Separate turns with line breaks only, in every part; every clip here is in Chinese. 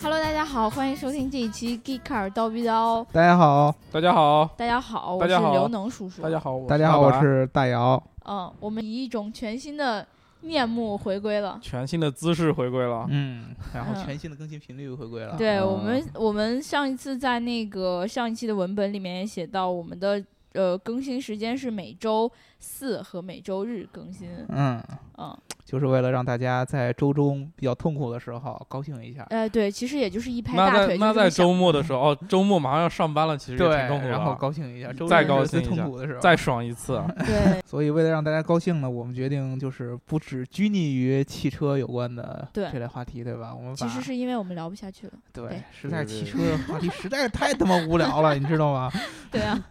Hello，大家好，欢迎收听这一期《g e e k a r 叨逼叨》。
大家好，
大家好，
大家好，我
大
是
家好
刘能叔叔。
大家好，我
大家好，
大
我
白
是大姚。
嗯，我们以一种全新的面目回归了。
全新的姿势回归了。
嗯，
然后
嗯
全新的更新频率又回归了。
对、
哦
我们，我们上一次在那个上一期的文本里面也写到，我们的呃更新时间是每周四和每周日更新。
嗯，
嗯，
就是为了让大家在周中比较痛苦的时候高兴一下。
哎，对，其实也就是一拍
那
大
在
腿就
那
是这么
在
想
周末的时候，哦，周末马上要上班了，其实
对
也挺痛苦，
然后
的，啊嗯
高嗯兴一下，周
再
中
高
是最
兴一下
痛苦的时候。
再爽一次。啊
对
所以为了让大家高兴呢，我们决定就是不只拘泥于汽车有关的
对
这类话题，对吧？我们
其
把
实是因为我们聊不下 去了。对
对，实在
对
汽
对
车的话题实在是太他妈无聊了，你知道吗？
对啊，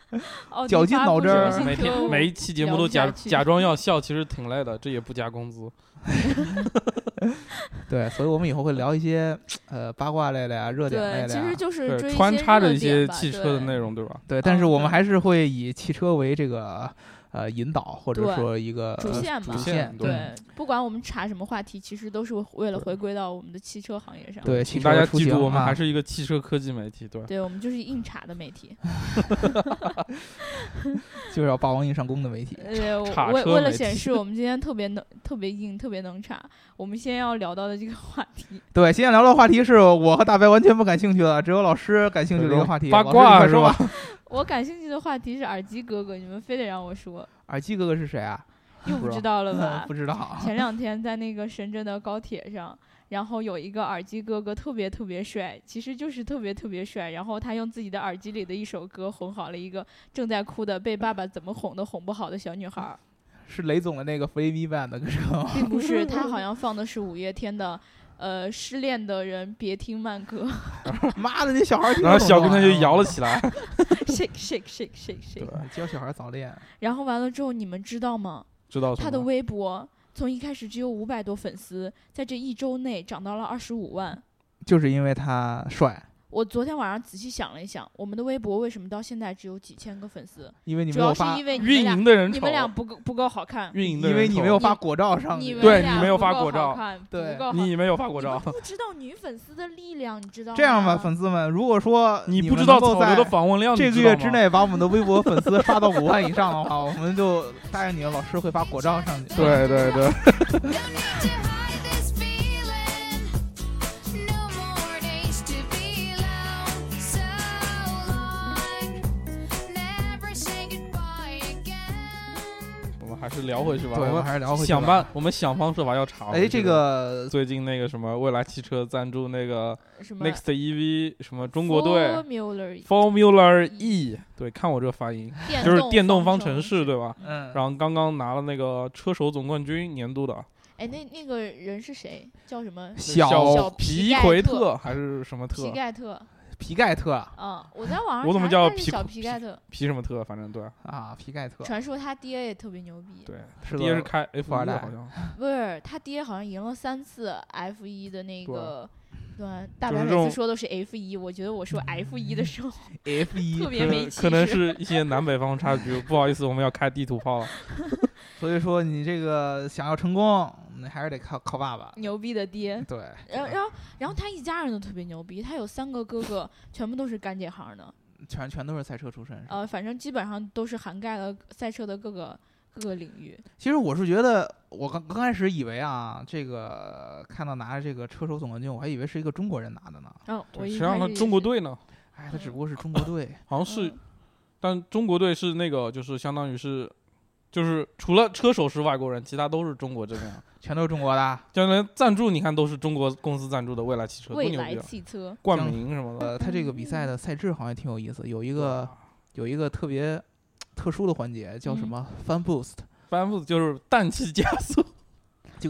哦，
绞尽脑汁儿
每天每一期节目都
聊
假
不下去
假装要笑，其实挺累的，这也不加工资。
对，所以我们以后会聊一些呃八卦类的呀、热点
对
类，
其
的呀
实。就是追
对，
一
穿插着一
热点
些
吧
汽车的
对
内容，哦对吧？
对，但是
嗯
我们
对
还是会以汽车为这个呃引导，或者
对
说一个
主线吧
呃主线
线
对
对，不管我们查什么话题，其实都是为了回归到我们的汽车行业上。
对，
请
请
大家记住，我们
啊
还是一个汽车科技媒体，对。
对，我们就是硬查的媒体。
就是要霸王硬上弓的媒体。
呃，
查
为
车
为了
媒体
显示我们今天特别能、特别硬、特别能查，我们先要聊到的这个话题，
对，今天聊的话题是我和大白完全不感兴趣的，只有老师感兴趣的一个话题。
八
老师你
卦
快
是
说
吧？？
我感兴趣的话题是耳机哥哥，你们非得让我说，
耳机哥哥是谁啊？
又不知道了吧
不？知道。
前两天在那个深圳的高铁上，然后有一个耳机哥哥特别特别帅，其实就是特别特别帅。然后他用自己的耳机里的一首歌哄好了一个正在哭的被爸爸怎么哄都哄不好的小女孩儿，
是雷总的那个 Free Me Band 的歌声。
并不是他好像放的是五月天的。呃，失恋的人别听慢歌
妈的，那小孩儿听啊
然后小姑娘就摇
了。
了起来，
，shake shake shake shake shake。
对，教小孩儿早恋。
然后完了之后，你们知道吗？
知道什
他的
么？
微博从一开始只有五百多粉丝，在这一周内涨到了二十五万。
就是因为他帅，
我昨天晚上仔细想了一想，我们的微博为什么到现在只有几千个粉丝？
因为你
主
没
要
有
是
发，
因为你们
运
俩
营的人
你
丑
们，俩不够不够好看，
运营的
因为
人
你
丑
没有发果照上
你
去。
们
对
俩
你没有
不
发
够
果照
好看，不
对
够好
啊你没有发过
你们
照，
不知道女粉丝的力量，你知道吗？
这样吧，粉丝们，如果说
你
们
不知道
能够
草流的
在
访问量，
这个
你知
月
道
之
吗
内把我们的微博粉丝刷到五万以上 的话，我们就答应你，老师会发果照上去。
对对对， 我们还是聊回去吧。
对，
我
我们
们
还是聊回去
想
吧
办，我们想方设法要查。
哎，这个
最近那个什么未来汽车赞助那个
什么
Next EV 什么中国队
Formula
Formula E，对，看我这发音，就是电动方程式，对吧？
嗯，
然后刚刚拿了那个车手总冠军年度的
哎，那那个人是谁？叫什么？
小
皮
皮
奎
盖特
特还是什么
皮
特？
盖特。
皮盖特啊
嗯，我在网上
我怎么
查他
叫
是
皮
小
皮
皮盖特？
皮什么特？反正对
啊，皮盖特
传说他爹也特别牛逼。
对，
是
爹是
个
开 F
富二
1的，
代
好像
不是，他爹好像赢了三次 F 一的那
对啊
个。对，啊大
就
白
是
每
这种嗯
次说都是 F 一，我觉得我说 F 一的时候
F
特
一，
别没
可
气
可能
势。
是一些南北方差距。不好意思，我们要开地图炮了。
所以说你这个想要成功，你还是得靠靠爸爸。
牛逼的
嗯
爹，
对，
然后然后然后他一家人都特别牛逼，他有三个哥哥，全部都是干这行的，
全全都是赛车出身。
哦
呃，反正基本上都是涵盖了赛车的各个各个领域。
其实我是觉得，我刚刚开始以为啊，这个看到拿着这个车手总冠军，我还以为是一个中国人拿的呢。
嗯， 我
对
一
谁
开
让他
始也
中国
是
队呢？
哎，他只不过是中国队，
好像是
嗯
但中国队是那个，就是相当于是，就是除了车手是外国人，其他都是中国这边。啊
全都是中国的。
就连赞助，你看都是中国公司赞助的未来汽车，多
未
牛
来
逼啊！
汽车，
冠名什么的，
呃，他这个比赛的赛制好像也挺有意思，有一个有一个特别特殊的环节叫什
嗯
么 Fun Boost，
翻覆就是氮气加速，
就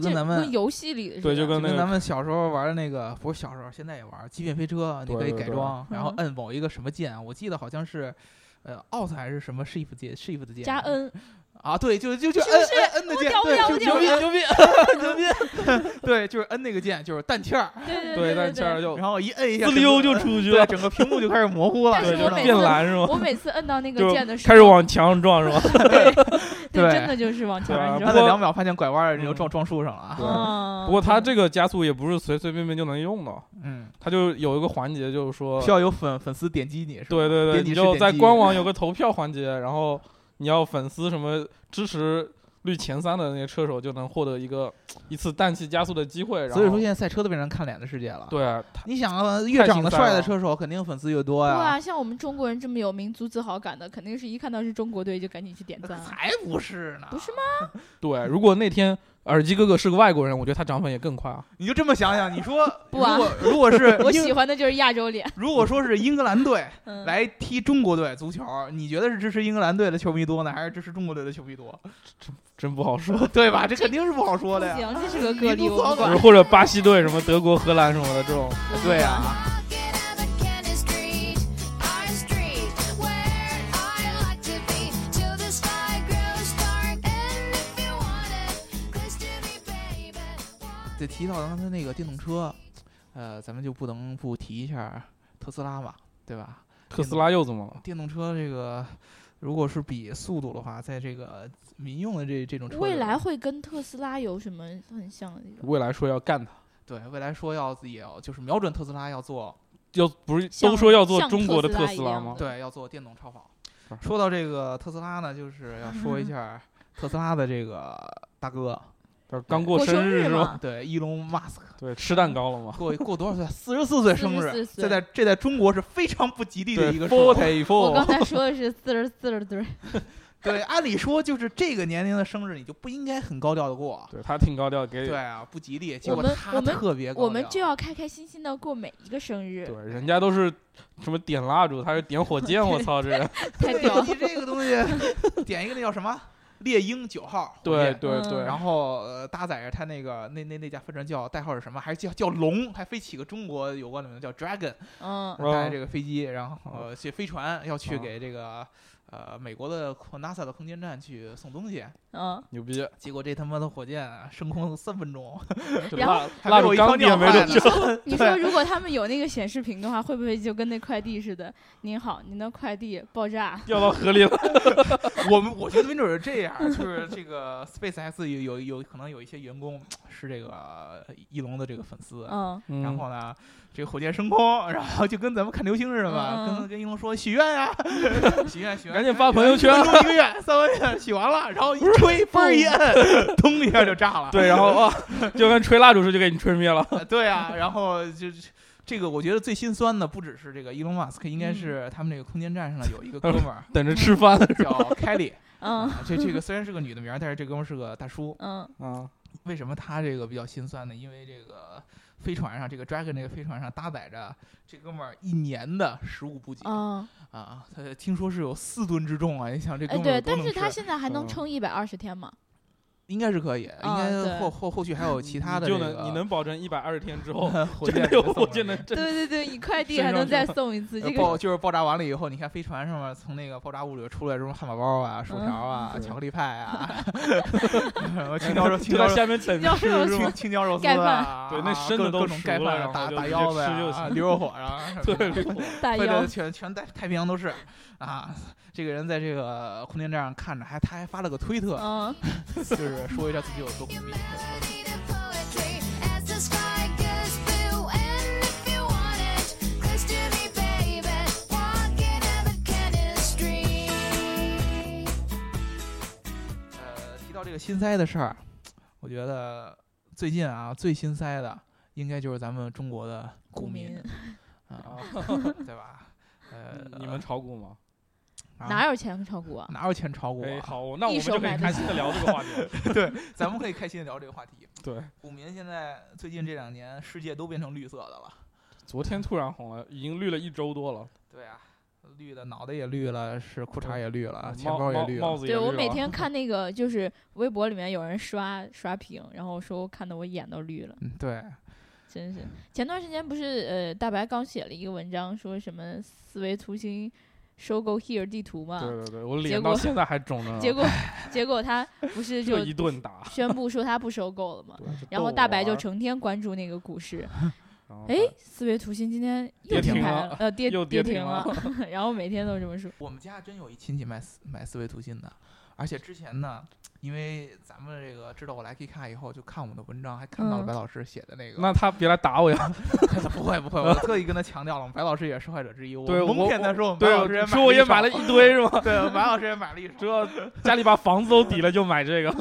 这
跟咱
跟
们
游戏里的似
对，就
的
跟那
跟咱
个
们小时候玩的那个，不是小时候，现在也玩极品飞车，你
对
可以
对
改
对
装，然后
嗯
摁某一个什么键，我记得好像是，呃，Alt 还是什么 Shift 键，Shift 键
加 N，
啊，对，就就就
不
摁
是
摁摁的
我
键，
屌不
对，
屌
就
我屌
牛逼
不
牛逼牛逼，对，就是摁那 个键，就是弹气儿，
对
对，
对
但切 尔就
然后一摁一下，
滋溜就出去
对，
了，
整个屏幕就开始模糊了，
但是
对，
你
我
知道
就
每
吗
变
次
蓝是吗？
我每次摁到那个
就
键的时候，
开始往墙上撞是吗？
对
对
真的就是往墙上
对
按
扔。
了两秒，发现拐弯儿，
嗯
你就撞撞树上了啊，
对
嗯，
不过它这个加速也不是随随便便就能用的，
嗯，
它就有一个环节，就是说
需，要有粉粉丝点击你，是吧
嗯对对对，
点击
你
是
就
点
在
击
官网有个投票环节，然后你要粉丝什么支持率前三的那些车手就能获得一个一次氮气加速的机会。然后
所以说现在赛车都变成看脸的世界了，，
对它
你想啊，越长得
太心塞
帅
了
的车手，肯定粉丝越多
对
呀，
啊，像我们中国人这么有民族自豪感的，肯定是一看到是中国队就赶紧去点赞啊。
才不是呢，
不是
吗？
对，如果那天耳机哥哥是个外国人，我觉得他涨粉也更快啊。
你就这么想想，你说
不啊
如果如果 是
我喜
英，
欢的就是亚洲脸。
如果说是英格兰队
嗯，
来踢中国队足球，你觉得是支持英格兰队的球迷多呢，还是支持中国队的球迷多？
真不好说，
对吧？这肯定是不好说
不
的呀。
行，这是个个例，我不
对
就
管
是。或者巴西队什么德国、荷兰什么的 这种，
对啊，
Walking up a candy street, our street, where I like to be, till the sky grows dark. And if you want it, close to me, baby.
得提到刚才那个电动车，呃，咱们就不能不提一下特斯拉嘛，对吧？
特斯拉又怎么了？
电动车这个，如果是比速度的话，在这个民用的这这种车里，
未来会跟特斯拉有什么很像的地方？
未来说要干他，
对未来说要也要就是瞄准特斯拉要做
要不是
像
都说要做
像
中国的
特斯拉
特斯
一
拉
样
吗
的？
对要做电动超跑
啊。
说到这个特斯拉呢，就是要说一下特斯拉的这个大哥，
他刚
对
过
过
生
生日
是
嘛
吧？
对伊隆马斯克
对，吃蛋糕了吗？
过过多少岁？四十四岁生日，
44岁
这在这在中国是非常不吉利的
对
一个数。
，forty
我刚
four，
才说的是四十四十对，
对，按理说就是这个年龄的生日，你就不应该很高调的过。
对他挺高调，给
对啊，不吉利。结果
们
他
我们
特别高调。
我们就要开开心心的过每一个生日
对，，人家都是什么点蜡烛，他是点火箭，我操，这人，
太
对啊
屌了
你。这个东 西点一个那叫什么猎鹰九号火
对
箭
对对，
嗯
然后呃搭载着它那个那那那架飞船叫代号是什么？还是叫叫龙？还非起个中国有关的名字叫 Dragon，
嗯，
哦
搭载这个飞机，然后
哦
呃去飞船要去
哦
给这个呃美国的 NASA 的空间站去送东西。
嗯，
牛逼，
结果这他妈的火箭啊升空三分钟，
就
然后
蜡
还
蜡
被我
烛
一泡
刚
尿
点没
坏
多
了
久，。
啊你说如果他们有那个显示屏的话，会不会就跟那快递似的？您好，您的快递爆炸。
掉到河里了，
我们我觉得没准是这样，就是这个 SpaceX 有有有可能有一些员工是这个翼龙的这个粉丝，
嗯，
然后呢，这个火箭升空，然后就跟咱们看流星似的
嗯
嘛，
嗯
跟跟一龙说许 愿呀、许愿许愿，
赶紧发朋友圈
三分钟一个月，三万月许完了，然后一吹，嘣儿一摁，咚一下就炸了。
对，然后啊，就跟吹蜡烛似的，就给你吹灭了。
呃对啊，然后就这个，我觉得最心酸的不只是这个伊隆马斯克，应该
嗯
是他们这个空间站上的有一个哥们 儿
等着吃饭的
叫凯莉，
嗯
啊这这个虽然是个女的名儿，但是这哥们儿是个大叔。
嗯
啊，
为什么他这个比较心酸呢？因为这个飞船上，这个 Dragon 这个飞船上搭载着这哥们儿一年的食物补给、
嗯，
啊，他听说是有四吨之重啊！你想这哥
哎
们儿
对，
有多
但
能
是
吃
他现在还能
嗯
撑一百二十天嘛？
应该是可以，应
哦对
该后后后续还有其他的
你就
这
能你
能，
能保证一百二十天之后
火
真
箭
的有火箭能真
对对对， 你快递
肾
还能
上
再
腺
送一次，这个
呃爆就是爆炸完了以后，你看飞船上面从那个爆炸物里出来什么汉堡包啊、薯条啊、
嗯
巧克力 派啊， 什么青椒肉、青
就
椒
在
肉、
下面等
要
着
是
吃
有
是
青
吗？
青椒肉丝
盖饭
啊，
对那
啊
生的
各
都
各种
熟
盖
了然
饭、啊
后
打打
就直接
腰子
吃就
呀、
行
驴肉火啊， 什 么的
对， 驴火
大
奔
腰
着。全全太太平洋都是啊。这个人在这个空间站上看着，还他还发了个推特，
嗯，
就是说一下自己有多苦逼。
Imaginative poetry as the sky goes blue. And if you want it, close to me, baby. Walking up a candy street.
呃，提到这个心塞的事儿，我觉得最近啊最心塞的应该就是咱们中国的股民
民
啊，对吧？呃，
你们炒股吗？
啊
哪有钱炒股啊？
哪有钱炒股
哎，
啊？
好，那我
一
们
手
就可以
买得
开心的聊这个话题了。
对，咱们可以开心的聊这个话题。
对，
股民现在最近这两年，世界都变成绿色的了。
昨天突然红了，已经绿了一周多了，
对啊，绿的脑袋也绿了，是裤衩也绿了，啊钱
帽
包也绿
帽帽
了。
子也
对
绿了。
我每 天看那个，就是微博里面有人刷刷屏，然后说看得我眼都绿了，
嗯，对，
真是。前段时间不是呃，大白刚写了一个文章，说什么思维图形收购 Here 地图嘛，
对对对，我
嗯结
脸
果
到现在还肿着呢。
结果结果他不 是就
这一顿打，
宣布说他不收购了嘛，
对这
然后
逗
大
我
白就
玩儿
成天关注那个股 市，
然后
哎
把，
思维图形今天又
跌
停
停
牌
了
了，呃， 跌
又
跌
跌
停
停 了，
然后每天都这么说，
我们家真有一亲戚买思买思维图新的，而且之前呢，因为咱们这个知道我来 K 卡以后，就看我们的文章，还看到了
嗯
白老师写的那个。
那他别来打 我呀！
不会不会，我特意跟他强调了，我们白老师也是受害者之一。我
对
蒙
我
骗他说我们白
对
老师也，
说我也买了
一
一堆是吗？
手，对，白老师也买了一手。
这家里把房子都抵了就买这个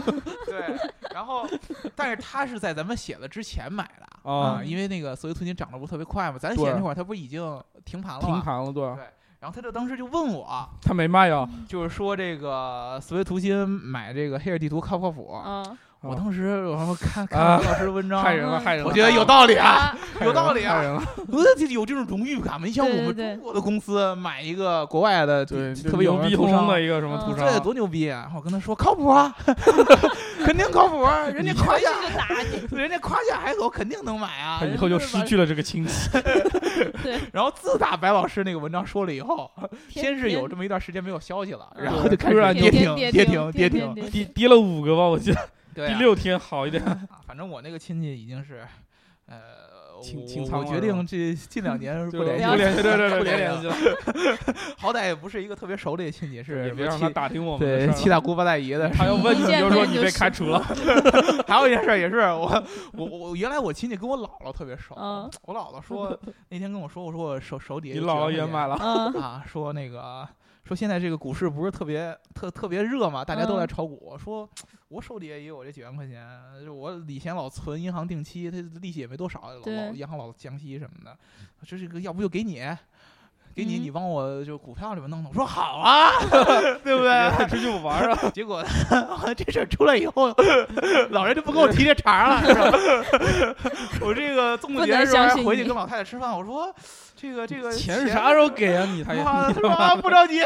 对，然后，但是他是在咱们写的之前买的
啊
啊，因为那个所谓图形涨得不是特别快嘛，咱
对
写那会儿它不是已经停盘了
停
吗？
盘了，对，
然后他就当时就问我，
他没卖啊呀，
就是说这个思维图新买这个黑尔地图靠不靠谱？
嗯，
我当时我说看
啊
看老师的文章，
害人了，害人了！
嗯我觉得有道理啊，
害
有
人
道
了
理啊
害 人了，
我觉得有这种荣誉感嘛。你像
对对
我们
对
中国的公司买一个国外的，
对，就
特别有
牛逼
名
哄
商
哄的一个什么
嗯
图
对
商
这，多牛逼啊！我跟他说靠谱啊， 肯定靠谱啊，人家夸下
就 打你，
人家夸下海口肯定能买啊
他。以后就失去了这个 亲戚。
然后自打白老师那个文章说了以后，先是有这
么，
么一段时间没有消息了，
嗯
然后就开始
突然
跌
天
停、
跌
跌停、
停
跌
天
停。
天
跌
跌
跌了五个吧，我记得
对
第
啊，
六天好一点。
啊反正我那个亲戚已经是，呃，
清
我
清仓
我
了
决
是吧
定这近两 年
就
不联系
不
了，
联
系对对对
不
别
联
联系
了。好歹也不是一个特别熟的亲戚，
对
是
别让
七
他打听我们的
对
事
七
儿了。
大姑八大姨的。
他要问你，
一
你
见
就
面
说
就
你被
是
开除了。
还有一件事儿也是我我我我原来我亲戚跟我姥姥特别熟，
嗯
我姥姥 说那天跟我说，我说我手手底下
你
有
姥姥
几
也
万块钱
买了，
嗯，
啊，说那个说现在这个股市不是特别特特别热嘛，大家都在
嗯
炒股。说我手底下也有这几万块钱，就我以前老存银行定期，它利息也没多少，老
对
老银行老降息什么的。这是个要不就给你，给
嗯
你，你帮我就股票里面弄弄。我说好啊， 对不
他
对？
出去玩儿 啊，
结果 这事儿出来以后， 老人就不跟我提这茬儿了。是吧 我这个粽
不
子节
能
的时候
相
还
信
回去
你
跟老太太吃饭，我说这个这个
钱是啥时候给啊？你他也
妈的， 他说啊，不着急，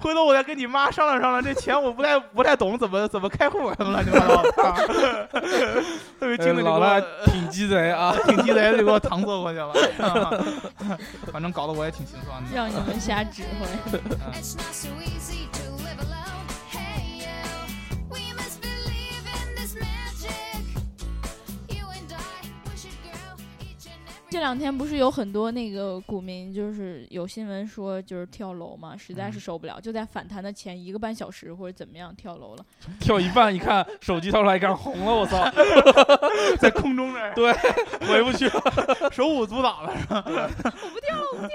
回头我再跟你妈商量商量，这钱我不太不太懂怎么怎么开户什么乱七八糟的，啊 特别精
呃
的
老大挺鸡贼啊，
挺鸡贼的就给我搪塞过去了， 啊 反正搞得我也挺心酸的。
让你们瞎指挥，
It's not so easy to live alone. Hey, you. We must believe in this magic. You and I, we should grow each and every
这两天不是有很多那个股民，就是有新闻说就是跳楼嘛，实在是
嗯
受不了，就在反弹的前一个半小时或者怎么样跳楼了，
跳一半一看手机掏出来一看红了，我 操，
在空中这儿
回不去了，
手舞足蹈的，
我不跳，我不跳，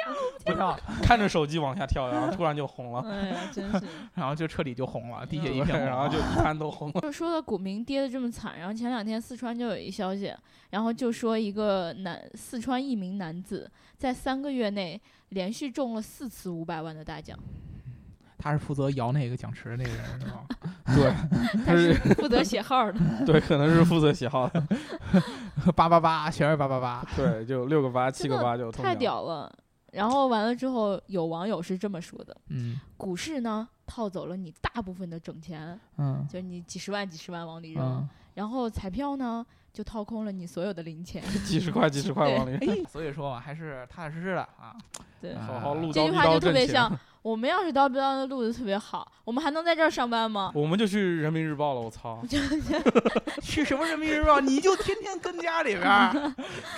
不跳，
看着手机往下跳，然后突然就红
啊
了，
哎呀，真是。
然后就彻底就红了，地下一
对
片红啊
然后就一啊看都 红了，
就说到股民跌得这么惨，然后前两天四川就有一消息，然后就说一个男四川一名男子在三个月内连续中了四次五百万的大 奖，
他是负责摇那个奖池的那个人是 吗？
他是负责写号的。
对，可能是负责喜好的，
八八八，全是八八八，
对，就六个八七个八就中奖
太屌了。然后完了之后，有网友是这么说的：
嗯
股市呢套走了你大部分的整钱，
嗯
就是你几十万几十万往里扔；
嗯。
然后彩票呢就掏空了你所有的零钱。
几十块几十块 往里，
哎所以说嘛，啊还是踏踏实实的啊。
对
啊
好好录
这
叨
句
逼
话就
叨
特
挣
别
钱
像。我们要是叨逼叨的录的特别好，我们还能在这儿上班吗？
我们就去人民日报了，我操！
去什么人民日报？你就天天跟家里边 儿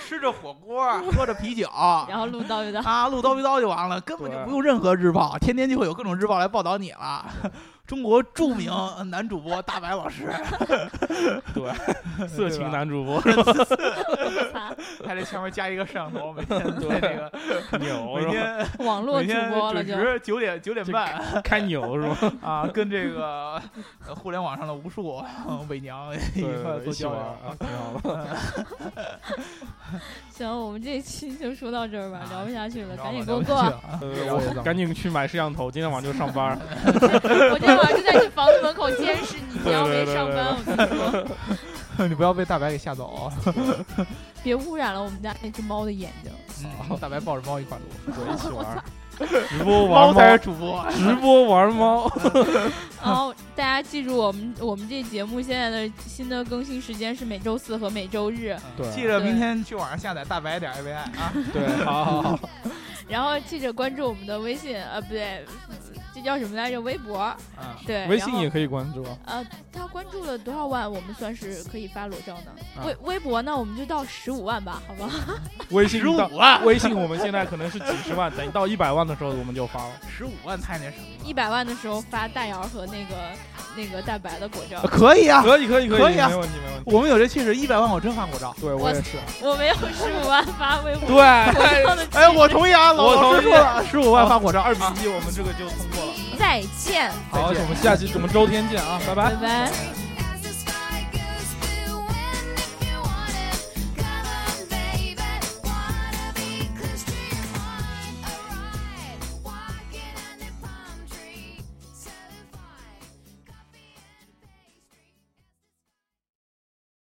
吃着火锅，喝着啤酒，
然后录叨逼叨。
啊，录叨逼叨就完了，根本就不用任何日报，天天就会有各种日报来报道你了。中国著名男主播大白 老师，
对，色情男主播
他这前面加一个摄像头，每天在这个
牛
每
是吧？
天
网络
每
主
天
播了
准
就，
时九点九点半
开牛是吧？
啊，跟这个呃互联网上的无数呃伪娘一
对
块
对，
做
一起
交
玩
流。
啊，挺好的。
行，我们这一期就说到这儿吧，
啊
聊不下去了，赶紧给
聊
我
不
过
下去。了 啊
呃，我赶紧去买摄像头，今天晚上就上班 儿。
我今天晚上就在你房子门口监视你，你
对
要没
对对
上
对
班，我跟你 说，
你不要被大白给吓走啊。
别污染了我们家那只猫的眼 睛。
嗯大白抱着猫一块儿录。
对，一起玩儿，直 播
猫
玩
才是
猫，
主播。
直播玩 猫。
然后大家记住，我们我们这节目现在的新的更新时间是每周四和每周日。
对
记着明天去网上下载大白点 API 啊。
对，好好好，
然后记者关注我们的微信，呃，不对，这叫什么来着？微博，
啊，
对，
微
然
信
后
也可以关注啊。
呃，他关注了多少万，我们算是可以发裸照呢？
啊
微微博呢，我们就到十五万吧，好吧？
微信
十五
到
万，
微信我们现在可能是几十万，等到一百万的时候我们就发了。
十五万太那什么
一百万的时候发大姚和那个那个大白的果照
了，，可以啊，
可以可以
可
以，
以啊
没问题没问题。
我们有这气势，一百万我真发过照。
对我
我
也是啊，啊
我没有十五万发微博。
对，
我的气
哎，我同意啊，老
我
老师
同意
说了，十五万发过照，
二比一，我们这个就通过了。
再见，
好，我们下期我们周天见啊，拜拜
拜。拜。
Street